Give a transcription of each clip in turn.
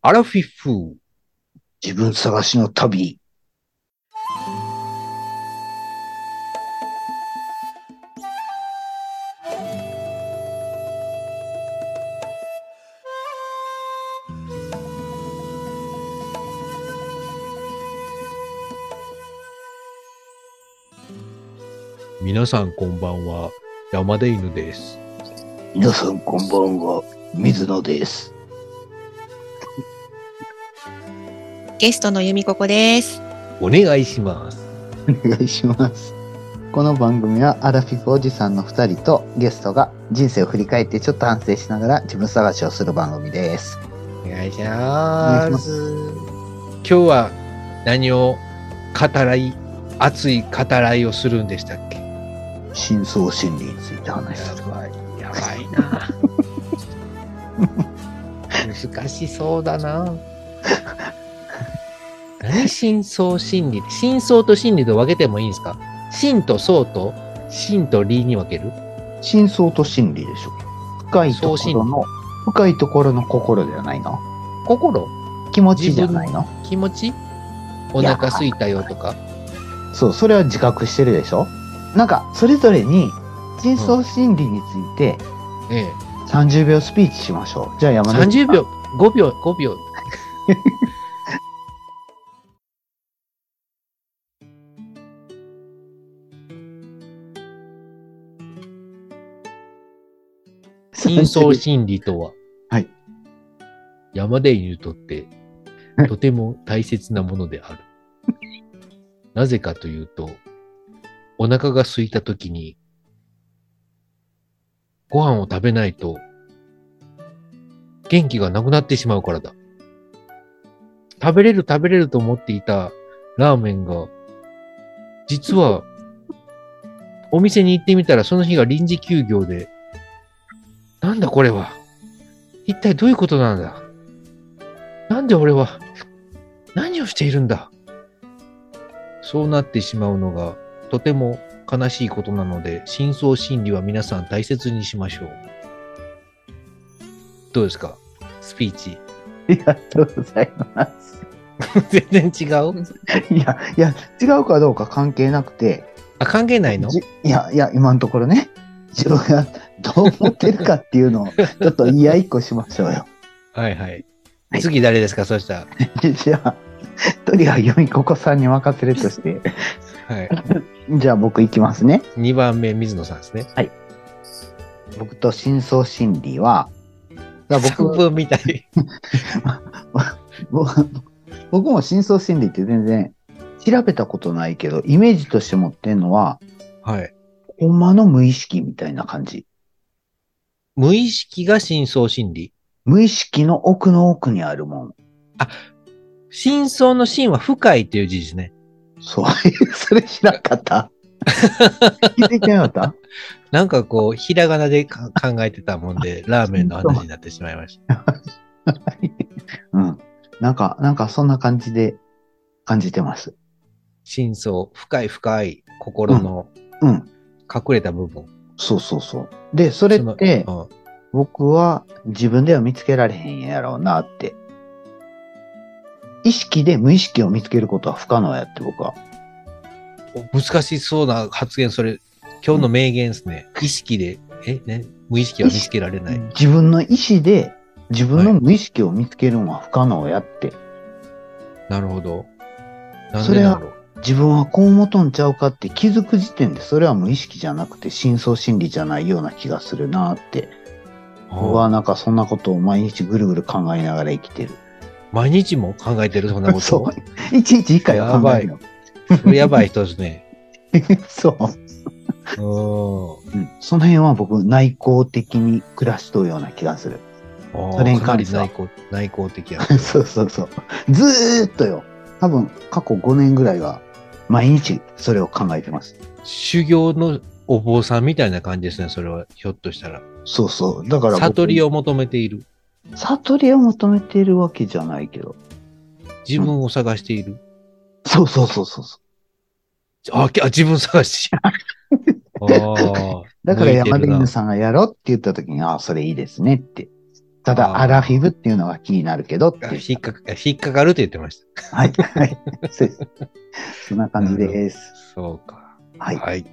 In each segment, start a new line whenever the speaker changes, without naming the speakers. アラフィフ。
自分探しの旅。
皆さんこんばんは。山田犬です。
皆さんこんばんは。水野です。
ゲストの由美ここです。
お願いします。
お願いします。この番組はアラフィフおじさんの2人とゲストが人生を振り返ってちょっと反省しながら自分探しをする番組です。
お願いし
お願い
ま。
します
今日は何を語らい、熱い語らいをするんでしたっけ
真相心理について話する。
ばい、やばい な。難しそうだな。何真相心理真相と心理と分けてもいいんですか真と相と真と理に分ける
真相と真理でしょ。深いところの、深いところの心じゃないの
心
気持ちじゃないの
気持ちお腹空いたよとか。
そう、それは自覚してるでしょなんか、それぞれに真相心理について
ええ。
30秒スピーチしましょう。じゃあ山田君
30秒、5秒、5秒。真 相心理とは、
はい。
山で犬にとって、とても大切なものである。なぜかというと、お腹が空いた時に、ご飯を食べないと、元気がなくなってしまうからだ。食べれる食べれると思っていたラーメンが、実は、お店に行ってみたらその日が臨時休業で、なんだこれは。一体どういうことなんだなんで俺は、何をしているんだそうなってしまうのが、とても悲しいことなので、真相心理は皆さん大切にしましょう。どうですかスピーチ。
ありがとうございます。
全然違 う
いや、いや、違うかどうか関係なくて、
あ、関係ないの
じいや、いや、今のところね、自分がどう思ってるかっていうのを、ちょっと言い合いっこしましょうよ。
はいはい
は。い
次誰ですかそした
じゃあ、とりあえず、みここさんに任せるとして、
ら。はい。
じゃあ僕行きますね。
2番目、水野さんですね。
僕と真相心理は、だから
僕
僕
分みたい。
僕、僕も真相心理って全然調べたことないけど、イメージとして持ってんのは、
はい。
ほんまの無意識みたいな感じ。
無意識が真相心理。
無意識の奥の奥にあるもん。
真相の真は深いという字ですね。
そう、それ知らんかった気づいてなかった
なんかこう、ひらがなでか考えてたもんで、ラーメンの話になってしまいました。
うん。なんか、なんかそんな感じで感じてます。
真相、深い深い心の
うん。
隠れた部分。
そうそうそう。で、それって
そ、の
僕は自分では見つけられへんやろうなって。意識で無意識を見つけることは不可能やって、僕は。
うんお難しそうな発言、それ、今日の名言ですね。意識で、え、ね、無意識は見つけられない。
自分の意思で自分
は
の無意識を見つけるのは不可能やって。
なるほど。なん
そ
で
れ
だ
は
ろう。
自分はこう思とんちゃうかって気づく時点でそれは無意識じゃなくて深層心理じゃないような気がするなって。僕はなんかそんなことを毎日ぐるぐる考えながら生きてる。
毎日も考えてる、そんなこと。
そう。 一日一回は考えるよ。
それやばい人ですね。
そう。
うん。
うんその辺は僕、内向的に暮らしとうような気がする。
そ
それに
かな
関
り
しては
内向内向的や。
そうそうそう。ずーっとよ。多分、過去5年ぐらいは、毎日それを考えてます。
修行のお坊さんみたいな感じですね、それは。ひょっとしたら。
そうそう。だから僕
悟り。を求めている。
悟りを求めているわけじゃないけど。
自分を探している。
そうそうそうそうそう。
あ、きあ自分探し。 ああ。
だから
向いて
山
る
田
な
犬さんがやろうって言った時に、ああ、それいいですねって。た
あー
だ、アラフィフっていうのが気になるけどっていう。
引っかか、引っかかると言ってまし
はい。はい。そうです。そんな感じです
た。。そうか。
はい。
はい。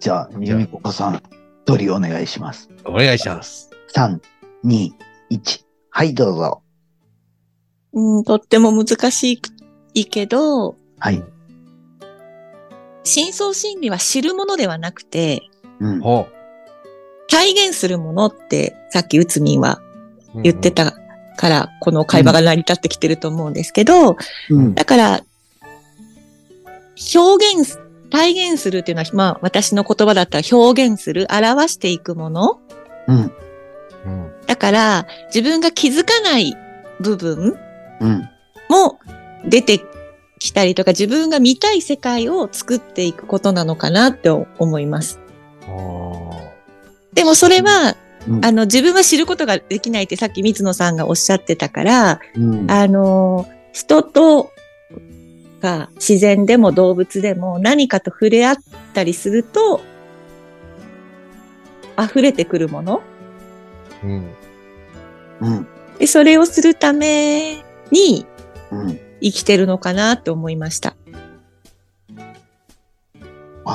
じゃあ、ゆみこかさん、ドリお願いします。
お願いします。
3、2、1。はい、どうぞ。
うん、とっても難しいけど、
はい。
深層心理は知るものではなくて、
うん。
ほ
体現するものって、さっきうつみんは
う。
言ってたから、この会話が成り立ってきてると思うんですけど、
うん。
だから、表現す、体現するっていうのは、まあ私の言葉だったら表現する、表していくもの。
うん。
うん。うん。
だから、自分が気づかない部分
うん。
も出てきたりとか、自分が見たい世界を作っていくことなのかなって思います。
あ
でもそれは、
うん
あの、自分は知ることができないってさっき水野さんがおっしゃってたから、
うん。
あの、人とか自然でも動物でも何かと触れ合ったりすると、溢れてくるもの。
ーうん。
うん。
で、それをするために
うん。
生きてるのかなと思いました。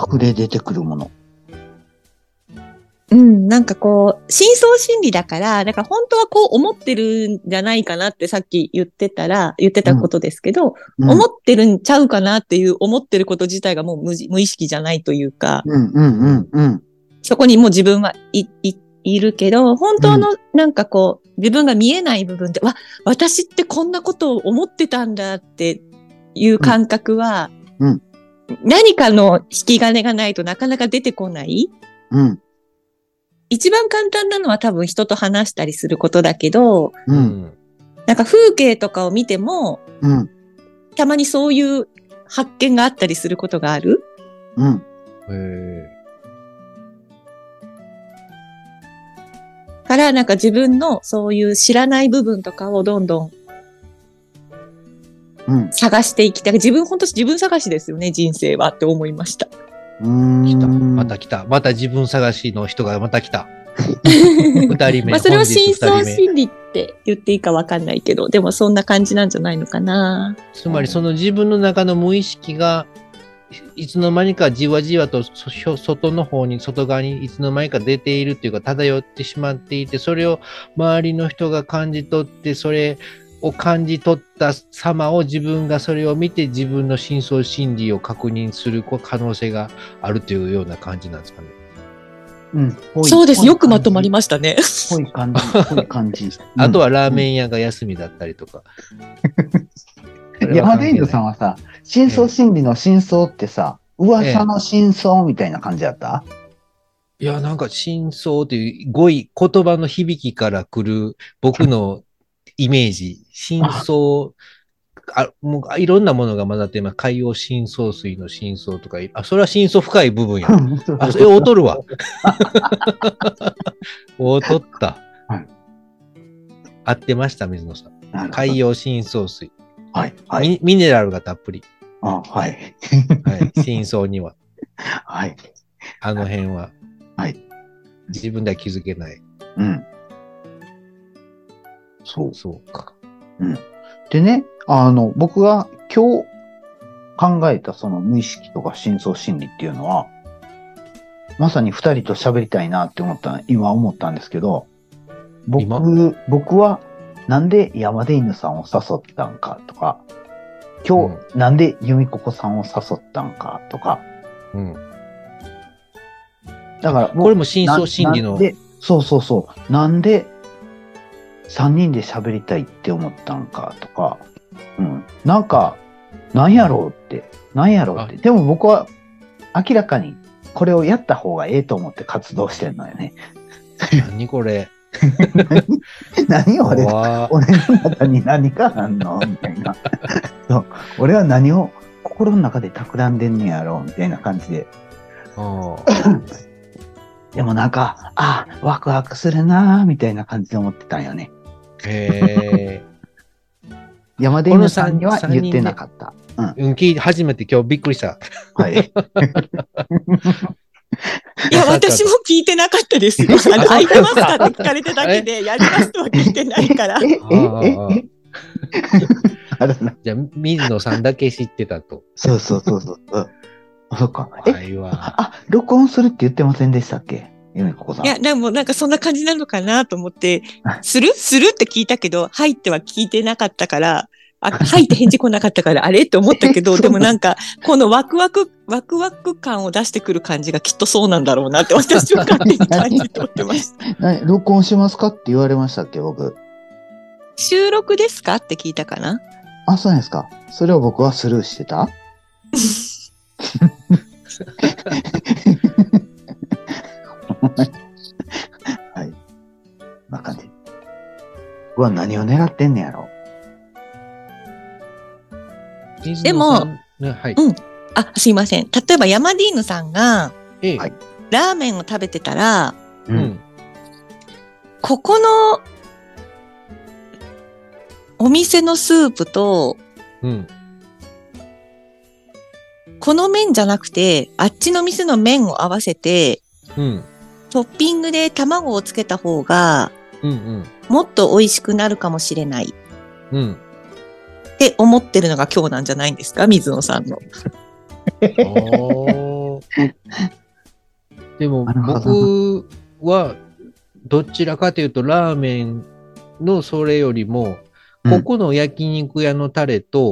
溢れ出てくるもの。
うん、なんかこう、深層心理だから、だから本当はこう思ってるんじゃないかなってさっき言ってたら、言ってたことですけど、
うん
思ってるんちゃうかなっていう思ってること自体がもう無じ無意識じゃないというか、
うん。うん。うん。うん。
そこにもう自分はい、い、いるけど、本当のなんかこう、自分が見えない部分で、わ、私ってこんなことを思ってたんだっていう感覚は、
うん
何かの引き金がないとなかなか出てこない。
うん。
一番簡単なのは多分人と話したりすることだけど、
う。
うんん。
なんか風景とかを見ても、
うん。
たまにそういう発見があったりすることがある。
うん。
へえ。
から、なんか自分のそういう知らない部分とかをどんどん
うん。
探していきたい。自分、本当自分探しですよね、人生はって思いました。
うん。
来た。また来た。また自分探しの人がまた来 た。二人目。
まあ、それを真
本
相
日二人目
心理って言っていいかわかんないけど、でもそんな感じなんじゃないのかな。
つまりその自分の中の無意識が、いいつの間にかじわじわとそそ外の方に、外側にいつの間にか出ているっていうか漂ってしまっていて、それを周りの人が感じ取って、それを感じ取った様を自分がそれを見て自分の真相心理を確認する可能性があるというような感じなんですかね。
うん。ぽい
そうです。よくまとまりまし たね。
ぽい 感じ。ぽい感じ。うん
あとはラーメン屋が休みだったりとか。
山田犬さん
は
はさ、真相心理の真相ってさ、噂の真相みたいな感じだった、
いや、なんか真相という語彙、言葉の響きから来る僕のイメージ、真相、あもういろんなものが混ざってます。海洋深層水の真相とか、あ、それは真相深い部 分や。あ、それ劣るわ。 劣った
はい。
合ってました、水野さん。
なるほど
海洋深層水、
はい。はい。
ミ。ミネラルがたっぷり。
あはい。
はい、真相には。
はい。
あの辺は。
はい。
自分では気づけない。
うん。そう。
そうか。
でね、あの、僕が今日考えたその無意識とか深層心理っていうのは、まさに二人と喋りたいなって思った、今思ったんですけど、
今
僕、僕はなんで山出犬さんを誘ったんかとか、今日なんで由美子子さんを誘ったんかとか、
うん。
だから僕
これも深層心理
な
の
ん。でそうそうそう。なんで3人で喋りたいって思ったんかとか、うん。なんか、なんやろうって、なんやろうって。でも僕は明らかにこれをやった方がええと思って活動してんのよね。
何これ。
何を俺が、
怖
俺の中に何かあんのみた いな。そう。俺は何を心の中で企んでんねやろうみたいな感じで。
うん
でもなんか、ああ、ワクワクするなーみたいな感じで思ってたんよね。
へえ。
山田犬さんには言ってなかった。
うん、聞い初めて今日びっくりした。
はい。
いや、私も聞いてなかっ たですよ。あの、空いてますかって聞かれただけで、やりますとは聞いてないから。
ええ
あ
え
ー
えあるな。
じゃあ、水野さんだけ知ってたと。
そうそうそうそう。うんあ そっか。え、
怖いわ。
あ、録音するって言ってませんでしたっけゆめここさん。
いや、でもなんかそんな感じなのかなと思って、するするって聞いたけど、はいっては聞いてなかったから、あ、はいって返事来なかったから、あれって思ったけど、
そう
でもなんか、このワクワク、ワクワク感を出してくる感じがきっとそうなんだろうなって、私は勝手に感じ取ってました。
な録音しますかって言われましたっけ僕。
収録ですかって聞いたかな
あ、そうなんですか。それを僕はスルーして たはい。こんな感じ。うわ、何を狙ってんねやろ。
水
で
野
も
さん、ねはい。
うんあ、すいません。例えばヤマディーヌさんが、
ええ
はい
ラーメンを食べてたら、
う
う。ん。
ここの、お店のスープと、
うん。
この麺じゃなくて、あっちの店の麺を合わせて、
うん。
トッピングで卵をつけた方が、
うん。うん。
もっと美味しくなるかもしれない
うん。
って思ってるのが今日なんじゃないんですか水野さんの。
おーでも
なるほ
僕はどちらかというとラーメンのそれよりも、
うん
ここの焼肉屋のタレと、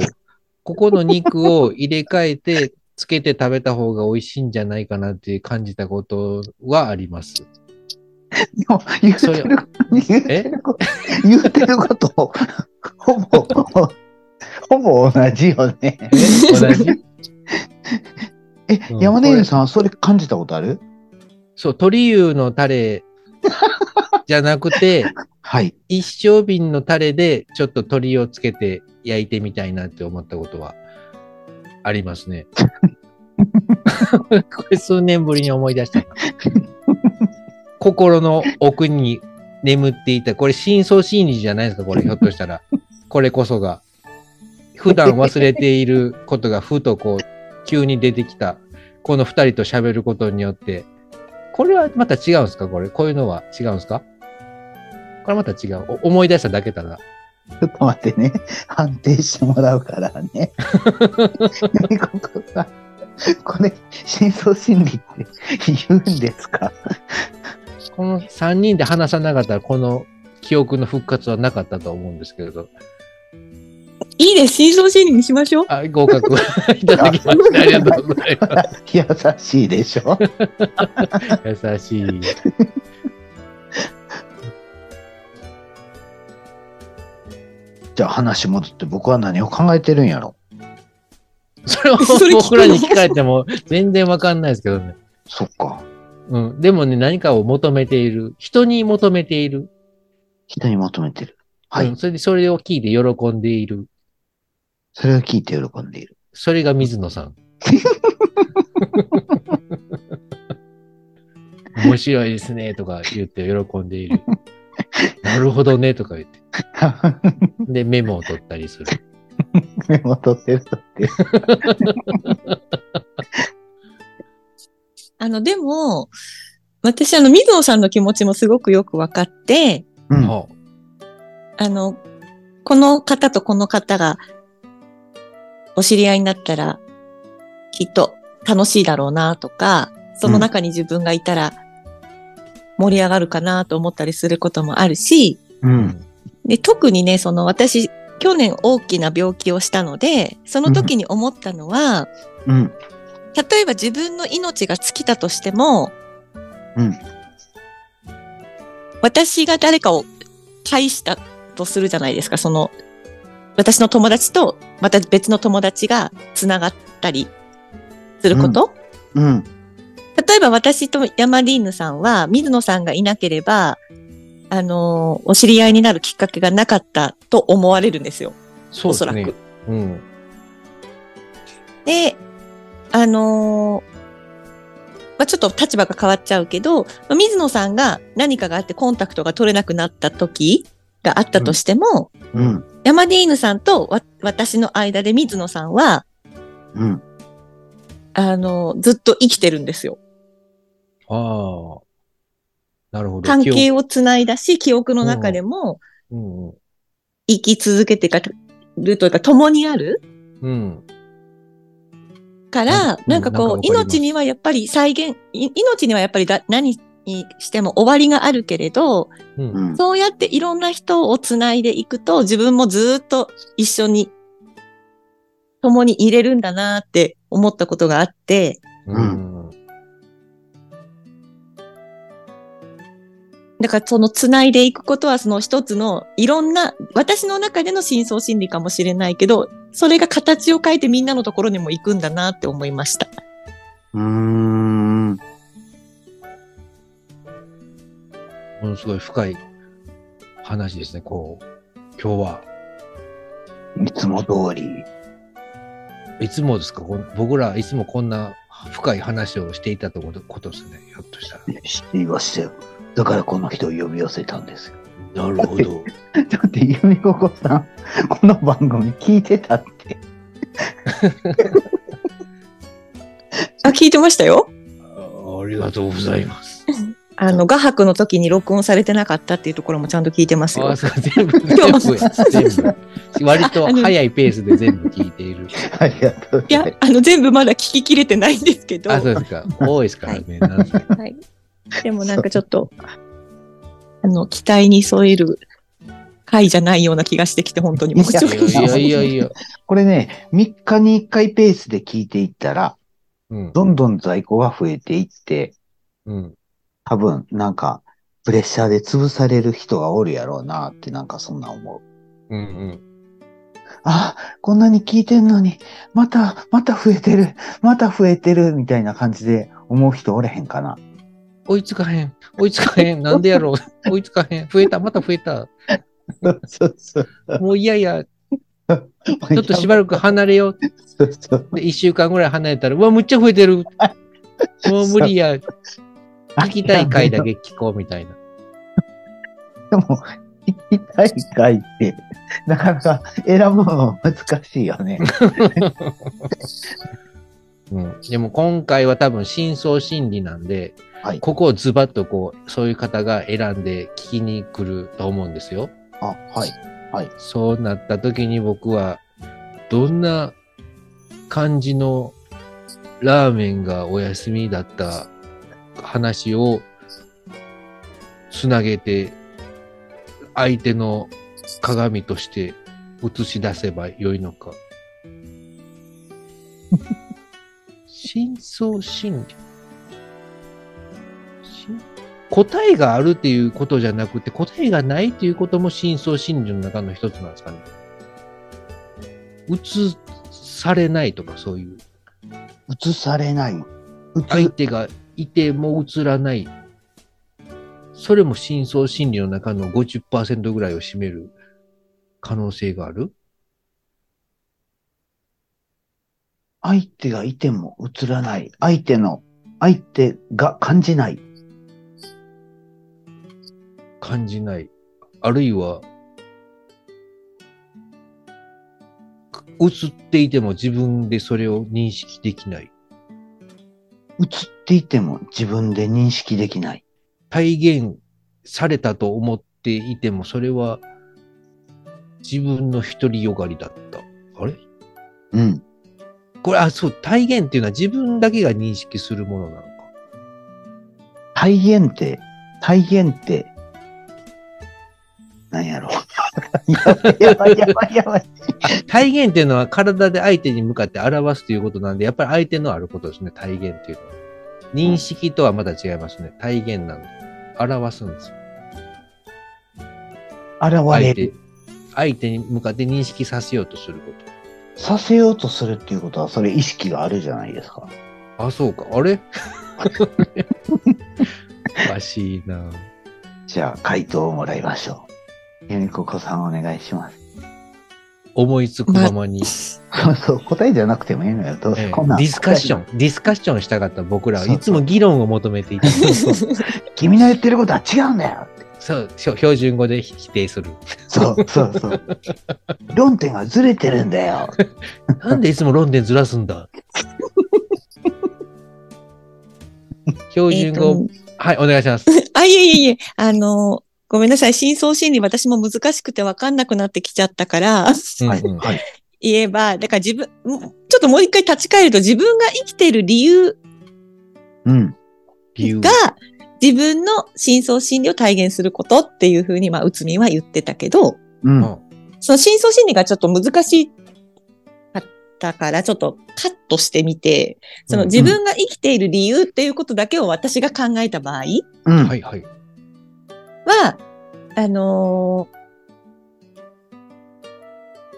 ここの肉を入れ替えてつけて食べた方が美味しいんじゃないかなって感じたことはあります。
でも言うてる言うてること、言うてること、ほぼ、ほぼ同じよね。
同じ
え、
うん
山根犬さんはそれ感じたことある
そう、鳥湯のタレじゃなくて、
はい。
一升瓶のタレでちょっと鶏をつけて焼いてみたいなって思ったことはありますね。これ数年ぶりに思い出したな。心の奥に眠っていた、これ深層心理じゃないですか、これひょっとしたら。これこそが。普段忘れていることがふとこう、急に出てきた、この二人と喋ることによって、これはまた違うんですかこれ、こういうのは違うんですかこれまた違う。お思い出しただけだな。
ちょっと待ってね。判定してもらうから ね。ゆみここさん、これ、深層心理って言うんですか
この3人で話さなかったら、この記憶の復活はなかったと思うんですけれど。
いいです。真相心理にしましょう。
あ、合 格いただきました。ありがとうございま
優しいでしょ
す。優しい。
じゃあ話戻って僕は何を考えてるんやろ
それを
それ聞くの
僕らに聞かれても全然わかんないですけどね。
そっか。
うん。でもね、何かを求めている。人に求めている。
人に求めてる。はい。
うんそれで、それを聞いて喜んでいる。
それを聞いて喜んで いる。
それが水野さ ん。面白いですね、とか言って喜んでいる。なるほどね、とか言って。で、メモを取ったりする。
メモ取ってる取ってる。
あの、でも、私、あの、水野さんの気持ちもすごくよくわかって、
うん。
は
あの、この方とこの方がお知り合いになったら、きっと楽しいだろうなとか、その中に自分がいたら盛り上がるかなと思ったりすることもあるし、
う
あ
ん。
で、特にね、その私、去年大きな病気をしたので、その時に思ったのは、
うん。
例えば自分の命が尽きたとしても、
うん
私が誰かを介したとするじゃないですか、その、私の友達と、また別の友達が繋がったりすること、
うん。
例えば私とヤマリーヌさんは、水野さんがいなければ、あのーお知り合いになるきっかけがなかったと思われるんですよ。
そうです
おそ
ね
ら。
うん。
で、あのーまあ、ちょっと立場が変わっちゃうけど、まあ水野さんが何かがあってコンタクトが取れなくなった時があったとしても、
うん。
ヤマディーヌさんとわ私の間で水野さんは、
うん。
あのーずっと生きてるんですよ。
ああ。なるほど。
関係
を。
をつないだし、記憶の中でも
うんうん。
生き続けていかるというか、共にある
うん。
か
う
ら
ん、
なんかこ
う
う、
んなんかわかります
命にはやっぱり再現、い命にはやっぱりだ何にしても終わりがあるけれど、
うん
うん
そうやっていろんな人をつないでいくと、自分もずーっと一緒に、共にいれるんだなーって思ったことがあって、
うん。
だからそのつないでいくことはその一つのいろんな、私の中での深層心理かもしれないけど、それが形を変えてみんなのところにも行くんだなって思いました。
うーん。
ものすごい深い話ですね、こう。今日は。
いつも通り。
いつもですかこん僕らいつもこんな深い話をしていたとことことですね。ひょっとしたら。
していましたよ。だからこの人を呼び寄せたんですよ。
なるほど。
ちょっと由美子子さん、この番組聞いてたって。
あ、聞いてましたよ。
あありがとうございます。
あの、画伯の時に録音されてなかったっていうところもちゃんと聞いてます
あ
よ
あ、。そう、全部、全
今
部
日も、
全部。割と早いペースで全部聞いている。
ありがとう
い
ござい
や
ます。、
あの、全部まだ聞ききれてないんですけど、
あ、そう
は
ですか。多いですからね。なんせ
い。でもなんかちょっと、あの、期待に添える回じゃないような気がしてきて、本当に申し訳ない
いやいやいや。
これね、3日に1回ペースで聞いていったら、
うん。
どんどん在庫が増えていって、
うん。
多分、なんか、プレッシャーで潰される人がおるやろうなって、なんかそんな思
う
う。
んうん。
あ、こんなに聞いてんのに、また、また増えてる、また増えてる、みたいな感じで思う人おれへんかな。
追いつかへん。追いつかへん。なんでやろう。追いつかへん。増えた。また増えた。
そう そうそう。
もういやいや。ちょっとしばらく離れよう。
そうそう。
で、一週間ぐらい離れたら、うわ、むっちゃ増えてる。もう無理や。聞きたい回だけ聞こうみたいな。
でも、聞きたい回って、なかなか選ぶのは難しいよね。
うん、でも今回は多分深層心理なんで、
はい
ここをズバッとこう、そういう方が選んで聞きに来ると思うんですよ。
あ、はい。
そうなった時に僕は、どんな感じのラーメンがお休みだった話をつなげて、相手の鏡として映し出せばよいのか。真相心理。真答えがあるっていうことじゃなくて、答えがないっていうことも真相心理の中の一つなんですかね。映されないとかそういう。
映されない。
相
映、
手がいても映らない。それも真相心理の中の50%ぐらいを占める可能性がある
相手がいても映らない。相手の、相手が感じない。
感じない。あるいは、映っていても自分でそれを認識できない。
映っていても自分で認識できない。
体現されたと思っていても、それは自分の独りよがりだった。あれ
うん。
これ、あ、そう、体現っていうのは自分だけが認識するものなのか。
体現って、体現って、なんやろ。 やばいやばいやば
あ
い。
体現っていうのは体で相手に向かって表すということなんで、やっぱり相手のあることですね、体現っていうのは。認識とはまた違いますね。体現なんで。表すんですよ。
現れ
相
る
手。相手に向かって認識させようとするこ
させようとするっていうことは、それ意識があるじゃないですか。
と。あ、そうか。あれおかしいな
じゃあ、回答をもらいましょう。ユニココさんお願いします。
思いつくまま に。
そうそう、答えじゃなくてもいいのよ。どうせ、
ええ
こんなん
ディスカッション、ディスカッションしたかった僕らは
そうそう
いつも議論を求めていた。
君の言ってることは違うんだよって
そう、しょ標準語で否定 する。
そうそう そう。論点がずれてるんだよ。
なんでいつも論点ずらすんだ標
え
準
っ
語、
と、
はい、お願いし ます。
あ、いえいえいえ、あの、ごめんなさい。深層心理、私も難しくて分かんなくなってきちゃったから、
はい
うんうん
はい
言えば、だから自分、もちょっともう一回立ち返ると、自分が生きている理由
うん。
理由
が、自分の深層心理を体現することっていうふうに、まあ、うつみは言ってたけど、
うん。
うん
その深層心理がちょっと難しかったから、ちょっとカットしてみて、その
うん
自分が生きている理由っていうことだけを私が考えた場合
うん。
はいはい。
は、あのー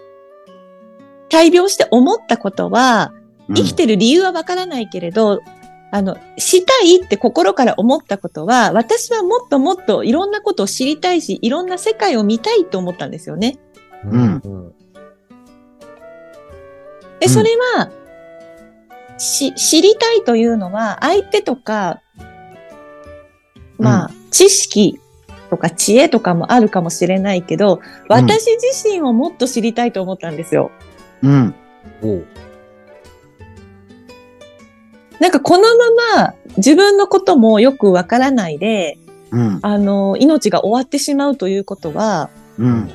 大病して思ったことは、
うん
生きてる理由はわからないけれど、あの、したいって心から思ったことは、私はもっともっといろんなことを知りたいし、いろんな世界を見たいと思ったんですよね。
うん
うん
う
で、
ん
それは、し、知りたいというのは、相手とか、まあ、知識とか知恵とかもあるかもしれないけど、私自身をもっと知りたいと思ったんですよ。
うん。
おう
なんかこのまま自分のこともよくわからないで、
うん。
あの、命が終わってしまうということは、
うん。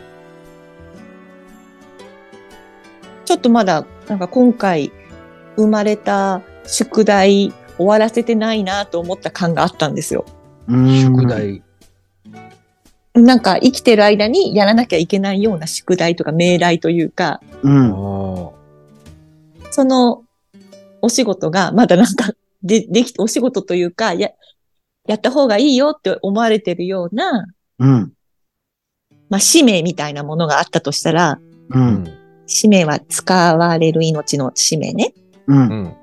ちょっとまだ、なんか今回生まれた宿題終わらせてないなと思った感があったんですよ。
うん
宿。題。
なんか生きてる間にやらなきゃいけないような宿題とか命題というか、
うん。
あ
そのお仕事がまだなんかで、でき、お仕事というか、や、やった方がいいよって思われてるような、
うん。
まあ使命みたいなものがあったとしたら、
う。
あうんん。
使命は使われる命の使命ね、
う。
うんん。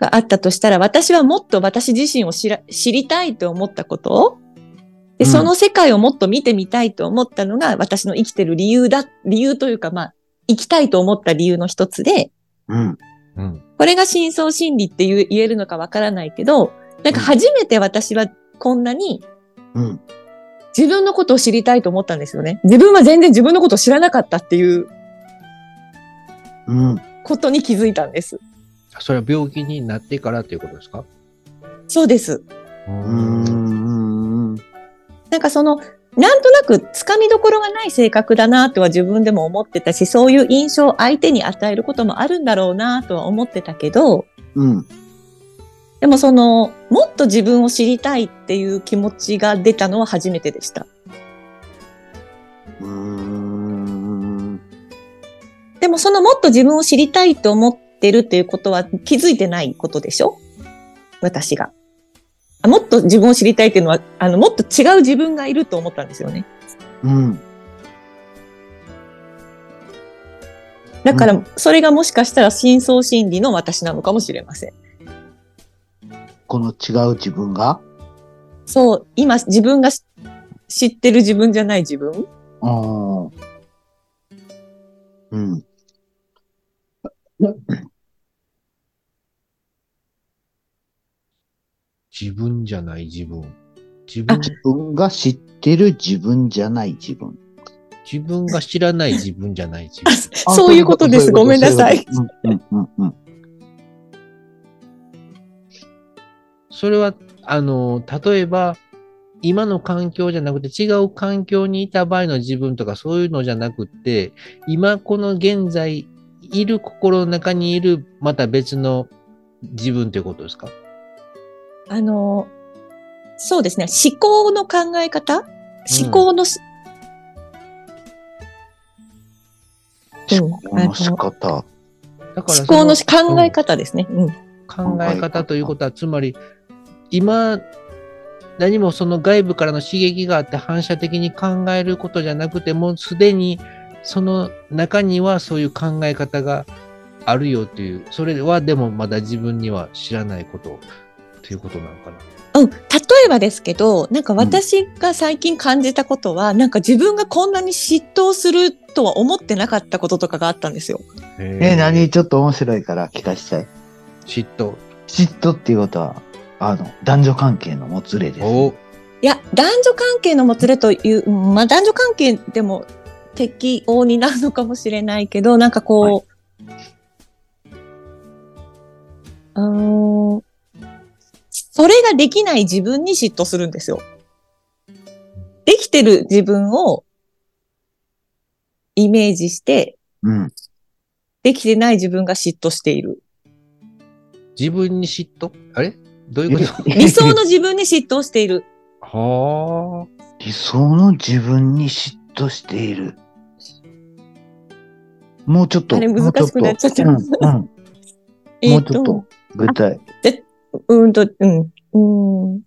があったとしたら、私はもっと私自身を知ら、知りたいと思ったことで、
うん
その世界をもっと見てみたいと思ったのが、私の生きてる理由だ、理由というか、まあ、生きたいと思った理由の一つで、
うん。
うん。
これが深層心理って言う言えるのかわからないけど、なんか初めて私はこんなに
うん。
自分のことを知りたいと思ったんですよね。自分は全然自分のことを知らなかったっていう
うん。
ことに気づいたんです。
それは病気になってからということですか
そうです。
う
う。ん。
なんかその、なんとなくつかみどころがない性格だなとは自分でも思ってたし、そういう印象を相手に与えることもあるんだろうなとは思ってたけど、
うん。
でもその、もっと自分を知りたいっていう気持ちが出たのは初めてでした。
うん。
でもそのもっと自分を知りたいと思ってるっていうことは気づいてないことでしょ私が。あもっと自分を知りたいっていうのは、あの、もっと違う自分がいると思ったんですよね。
うん。
だから、それがもしかしたら深層心理の私なのかもしれません。
この違う自分が
そう、今自分がし知ってる自分じゃない自分
ああ。うん。
自分じゃない自分。自
あ
分、
自分が知ってる自分じゃない自分。
自分が知らない自分じゃない自 分。
あ
そういうことです。ごめんなさ。い
そ。ううことうんうんうんうん。
それは、あの、例えば、今の環境じゃなくて違う環境にいた場合の自分とかそういうのじゃなくって、今この現在いる心の中にいるまた別の自分ということですか
あの、そうですね。思考の考え方思考のし、うん
思考の仕方。
だからそ
思考のし考え方ですね。うん。
考え方ということは、つまり、今、何もその外部からの刺激があって反射的に考えることじゃなくて、もうすでにその中にはそういう考え方があるよという、それはでもまだ自分には知らないことということなのかな。
うん、例えばですけど、なんか私が最近感じたことは、なんか自分がこんなに嫉妬するとは思ってなかったこととかがあったんですよ。
え
え、何ちょっと面白いから聞かしたい。
嫉妬。
嫉妬っていうことは、あの、男女関係のもつれです。
お
いや、男女関係のもつれという、うんまあ男女関係でも適応になるのかもしれないけど、なんかこう、うーん、それができない自分に嫉妬するんですよ。できてる自分をイメージして、
うん。
できてない自分が嫉妬している。
自分に嫉妬あれどういうこと
理想の自分に嫉妬している。
はあ。
理想の自分に嫉妬している。もうちょっと。
あれ
もう
難しくなっちゃった
ょとうんうん もうちょっと具体。
うんと、うん。うん。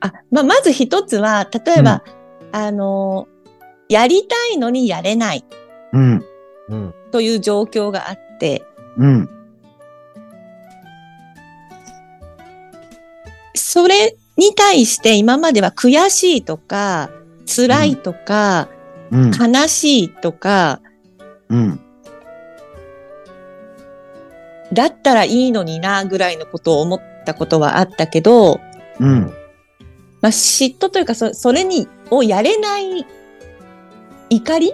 あ、まあ、まず一つは、例えば、あの、やりたいのにやれない
うん。
うん。
という状況があって、
うん。
それに対して今までは悔しいとか、辛いとか、
うん。
悲しいとか、
うん。
だったらいいのにな、ぐらいのことを思ったことはあったけど、
うん。
まあ、嫉妬というか、そそれに、をやれない怒り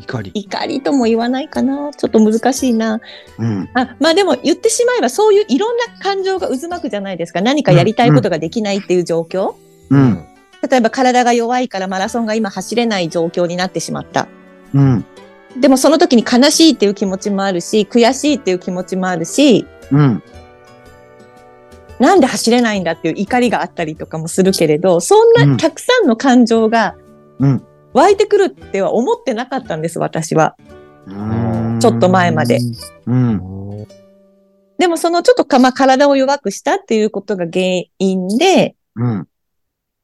怒り。
怒りとも言わないかな。ちょっと難しいな。
うん。
あ、まあでも言ってしまえばそういういろんな感情が渦巻くじゃないですか。何かやりたいことができないっていう状況。
うん。。
例えば体が弱いからマラソンが今走れない状況になってしまった。
うん。
でもその時に悲しいっていう気持ちもあるし、悔しいっていう気持ちもあるし、
うん。
なんで走れないんだっていう怒りがあったりとかもするけれど、そん
う
なんたくさんの感情が
うん
湧いてくるっては思ってなかったんです、私は。
うん。
ちょっと前まで。
うん。
でもそのちょっとか、まあ、体を弱くしたっていうことが原因で、
うん。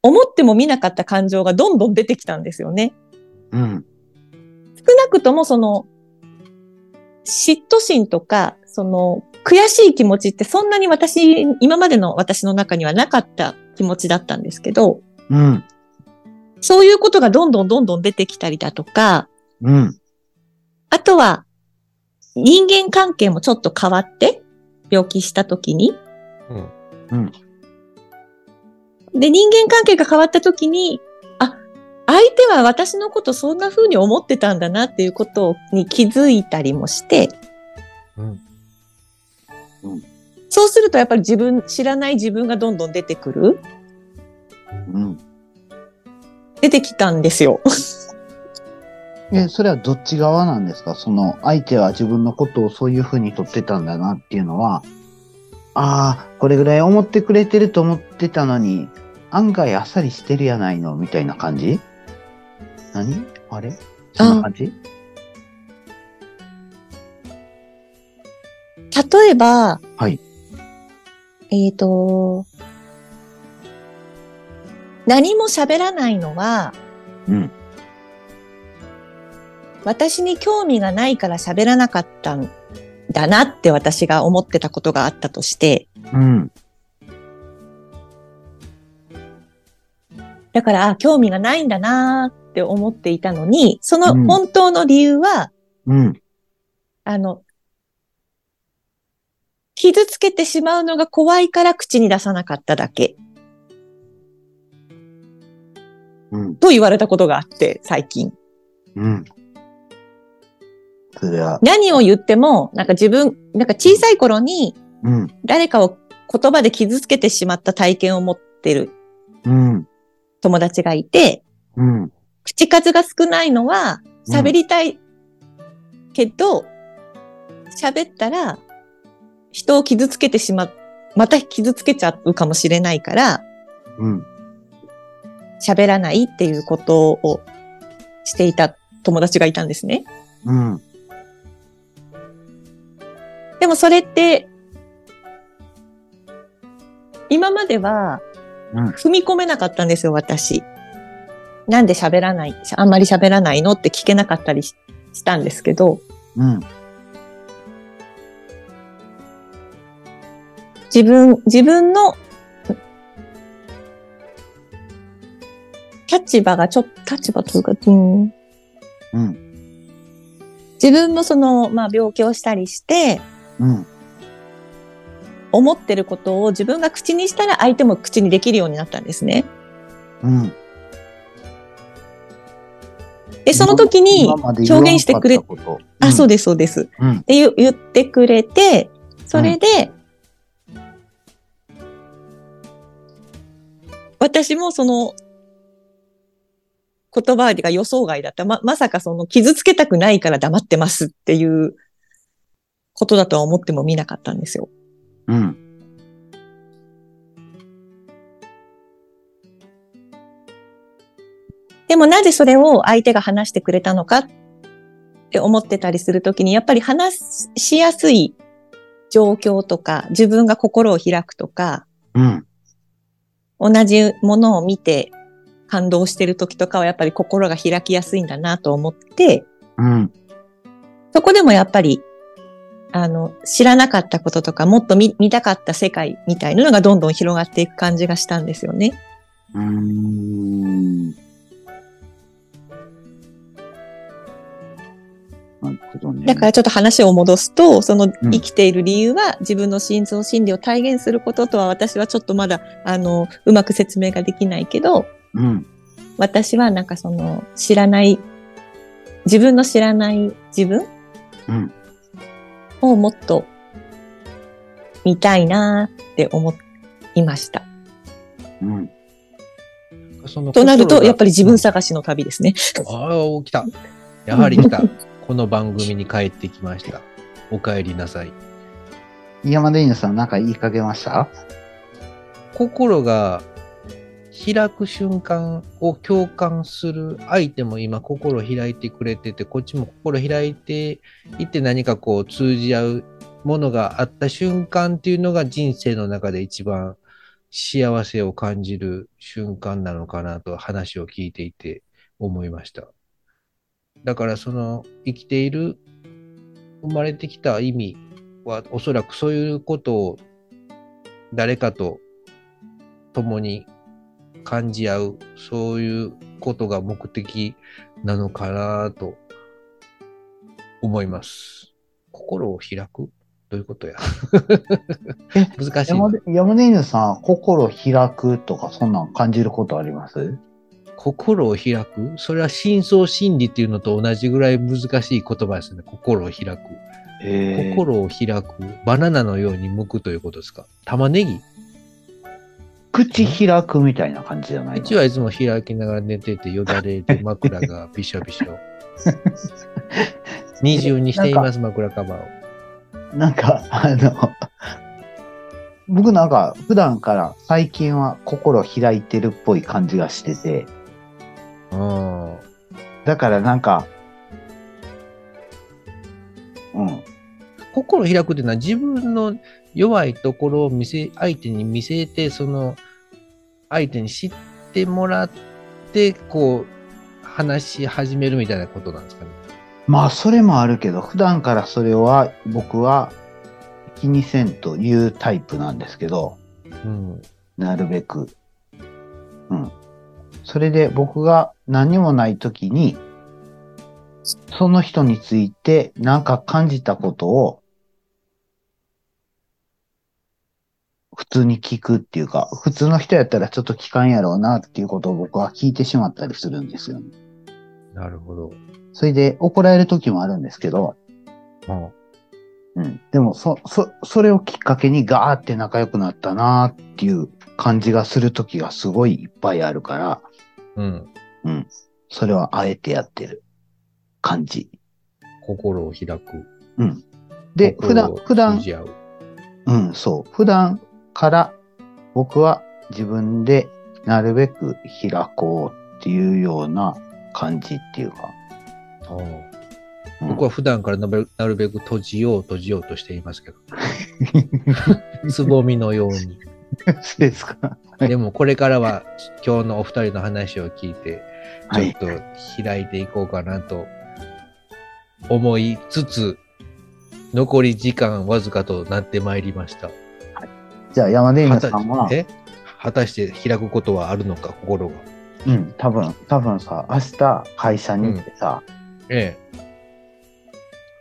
思っても見なかった感情がどんどん出てきたんですよね。
うん。
少なくともその、嫉妬心とか、その、悔しい気持ちってそんなに私、今までの私の中にはなかった気持ちだったんですけど、
うん。
そういうことがどんどんどんどん出てきたりだとか、
うん。
あとは、人間関係もちょっと変わって、病気した時に。
うん。
で、人間関係が変わった時に、あ、相手は私のことそんな風に思ってたんだなっていうことに気づいたりもして、
うん
うん
そうするとやっぱり自分、知らない自分がどんどん出てくる
うん。
出てきたんですよ。
え、それはどっち側なんですかその、相手は自分のことをそういうふうに取ってたんだなっていうのは、ああ、これぐらい思ってくれてると思ってたのに、案外あっさりしてるやないの、みたいな感じ何あれそんな感じ
例えば、
はい
えっ、と、何も喋らないのは、
うん。
私に興味がないから喋らなかったんだなって私が思ってたことがあったとして、
うん。
だから、あ、興味がないんだなーって思っていたのに、その
うん
本当の理由は、
うん。
あの、傷つけてしまうのが怖いから口に出さなかっただけ
うん。
と言われたことがあって、最近。
うん。それは、
何を言っても、なんか自分、なんか小さい頃に
うん。
誰かを言葉で傷つけてしまった体験を持ってる
うん。
友達がいて、
うん。
口数が少ないのは喋りたいけど、喋、ったら人を傷つけてしまう、また傷つけちゃうかもしれないから、
うん。
喋らないっていうことをしていた友達がいたんですね。
うん。
でもそれって、今までは
うん
踏み込めなかったんですよ、私。なんで喋らない、あんまり喋らないのって聞けなかったりししたんですけど、
うん。
自分、自分の立場がちょっと、立場というか、う
う
ん
ん。
自分もその、まあ病気をしたりして、
うん。
思ってることを自分が口にしたら相手も口にできるようになったんですね。
うん。
で、その時に、
今まで言わなかったこと、
あ、そう
う
です、そうです。
うん
って言う言ってくれて、それで、私もその、言葉が予想外だった。ま、まさかその傷つけたくないから黙ってますっていうことだとは思っても見なかったんですよ。
うん。
でもなぜそれを相手が話してくれたのかって思ってたりするときに、やっぱり話しやすい状況とか、自分が心を開くとか、
うん。
同じものを見て感動してるときとかはやっぱり心が開きやすいんだなと思って、
うん。
そこでもやっぱり、あの、知らなかったこととか、もっと見見たかった世界みたいなのがどんどん広がっていく感じがしたんですよね。
うーん。なるほどね。
だからちょっと話を戻すと、その
うん
生きている理由は自分の心臓心理を体現することとは私はちょっとまだ、あの、うまく説明ができないけど、
うん。
私はなんかその知らない、自分の知らない自分
うん
をもっと見たいなーって思いました。
うん。
その
となる
心
と、
が
やっぱり自分探しの旅ですね。
ああ、来た。やはり来た。この番組に帰ってきました。お帰りなさい。
山田犬さん、なんか言いかけました
心が開く瞬間を共感する相手も今心開いてくれてて、こっちも心開いていって何かこう通じ合うものがあった瞬間っていうのが人生の中で一番幸せを感じる瞬間なのかなと話を聞いていて思いました。だからその生きている生まれてきた意味はおそらくそういうことを誰かと共に感じ合う、そういうことが目的なのかなと思います。心を開くどういうことや 難しいな。
山田山田犬さん、心開くとか、そんなん感じることあります
心を開くそれは深層心理っていうのと同じぐらい難しい言葉ですね。心を開く。
へ
心
心。
を開く。バナナのように剥くということですか玉ねぎ
口開くみたいな感じじゃないの
口はいつも開きながら寝ててよだれで枕がびしょびしょ。二重にしています、枕カバーを。
なんか、あの、僕なんか普段から最近は心開いてるっぽい感じがしてて、
あ
だからなんか、うん、
あ心を開くっていうのは自分の弱いところを見せ、相手に見せて、その、相手に知ってもらって、こう、話し始めるみたいなことなんですかね。
まあそれもあるけど、普段からそれは僕は気にせんというタイプなんですけど、
うん。
なるべく。うん。それで僕が何もない時に、その人について何か感じたことを、普通に聞くっていうか、普通の人やったらちょっと聞かんやろうなっていうことを僕は聞いてしまったりするんですよね。
なるほど。
それで怒られる時もあるんですけど、
うん
うん。でも、そ、そ、それをきっかけにガーって仲良くなったなーっていう感じがする時がすごいいっぱいあるから、
うん。
それはあえてやってる感じ。
心を開く。
で、普
心
段、
を
普
通
段、
じ合う。
うん、そう。普段から僕は自分でなるべく開こうっていうような感じっていうか。
ああ
うん
僕は普段からなべなるべく閉じよう、閉じようとしていますけど。 つぼみのように。
そう ですか。はい
でもこれからは今日のお二人の話を聞いて、
は
ちょっ
い。
と開いていこうかなと思いつつ、残り時間わずかとなってまいりました。
じゃあ山田
は
犬
た
さんは、
え果たして開くことはあるのか、心が。
うん、多分、多分さ、明日会社に行ってさ、
ええ。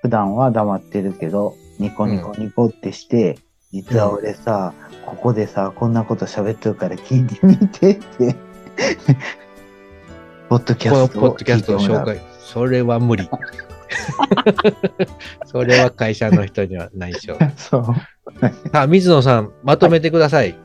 普段は黙ってるけど、ニコニコニコってして、実は俺さ、ここでさ、こんなこと喋ってるから聞いてみてって。 ポッドキ
この
ャスト
ポ
を
ッドキャ
聞
ス
いて
トを
もら
紹
う。
介。それは 無理。それは会社の人には内緒。
そう。
さあ、水野さん、まとめてください。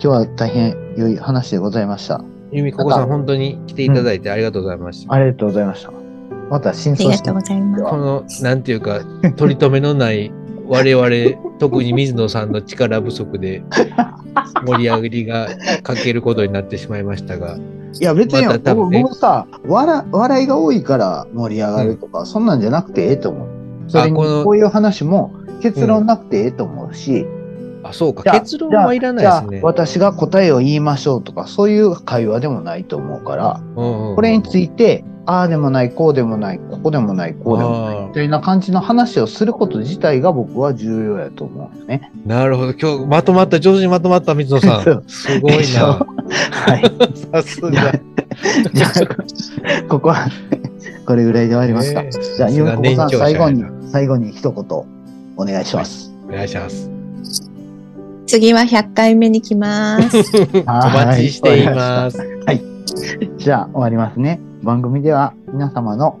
今日は大変良い話でございました。
由美ここさん、本当に来ていただいてありがとうございました。
ありがとうございました。また真
あ
相
りがとうございます。
この、なんていうか、取り留めのない、我々、特に水野さんの力不足で、盛り上がりが欠けることになってしまいましたが、
いや別に
また多分
僕
ね
僕さ笑笑いが多いから盛り上がるとか、そんなんじゃなくてええと思う。それに
この
こういう話も結論なくてええと思うし、
あ、そうか、
じゃあ
結論はいらない
じ
で
ゃあ
すね。
私が答えを言いましょうとかそういう会話でもないと思うから、こ
こ
れにつ
て、
いてああでもないこうでもないここでもないこうでもない
あー
みたいな感じの話をすること自体が僕は重要やと思うんで すね。
なるほど、今日まとまった、上手にまとまった水野さ。
そうん
すごい
でしょ
な。
はい。
さす
じゃ
が。
あ、じゃあここはこれぐらいで終わりました。
ねえ
じゃあ、ゆうここさん、
さすが
最
年長
後
者
に
やな、
最後に一言お願いします。
お願いします。
次は100回目に来ます。
お待ちしています。
じゃあ、終わりますね。番組では皆様の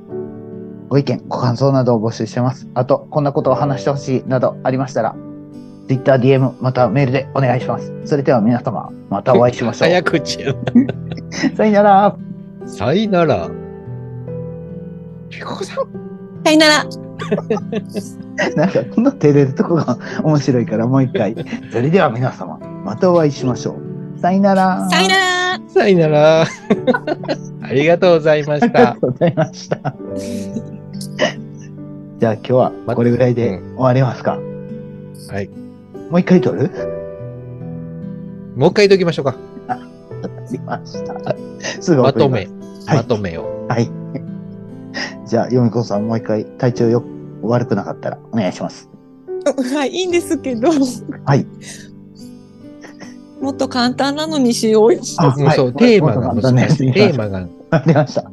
ご意見、ご感想などを募集してます。あと、こんなことを話してほしいなどありましたら、Twitter、DM、またはメールでお願いします。それでは皆様、またお会いしましょ
早
う。
口や
さよなら。
なさいなら。ピコさん。
さよなら。
なんか、この照れるとこが 面白いから、もう一回。それでは皆様、またお会いしましょう。さよなら。
さよなら。
さいな ら。ありがとうございま
あ
し
り
た。
がとうございました。じゃあ今日はこれぐらいで
う
終わりますか。
はい。
もう一回撮る
もう一回言っときましょうか。
ありました。 すぐ
ま
送
と
ります
め。まとめを。
はい。 じゃあ、ヨミコさんもう一回体調よ悪くなかったらお願いします。。
はい、いいんですけど。はいもっと簡単なのにしようよ。
あ
うんそう、テーマが難しい。テー
マ。
マが。
わかりました。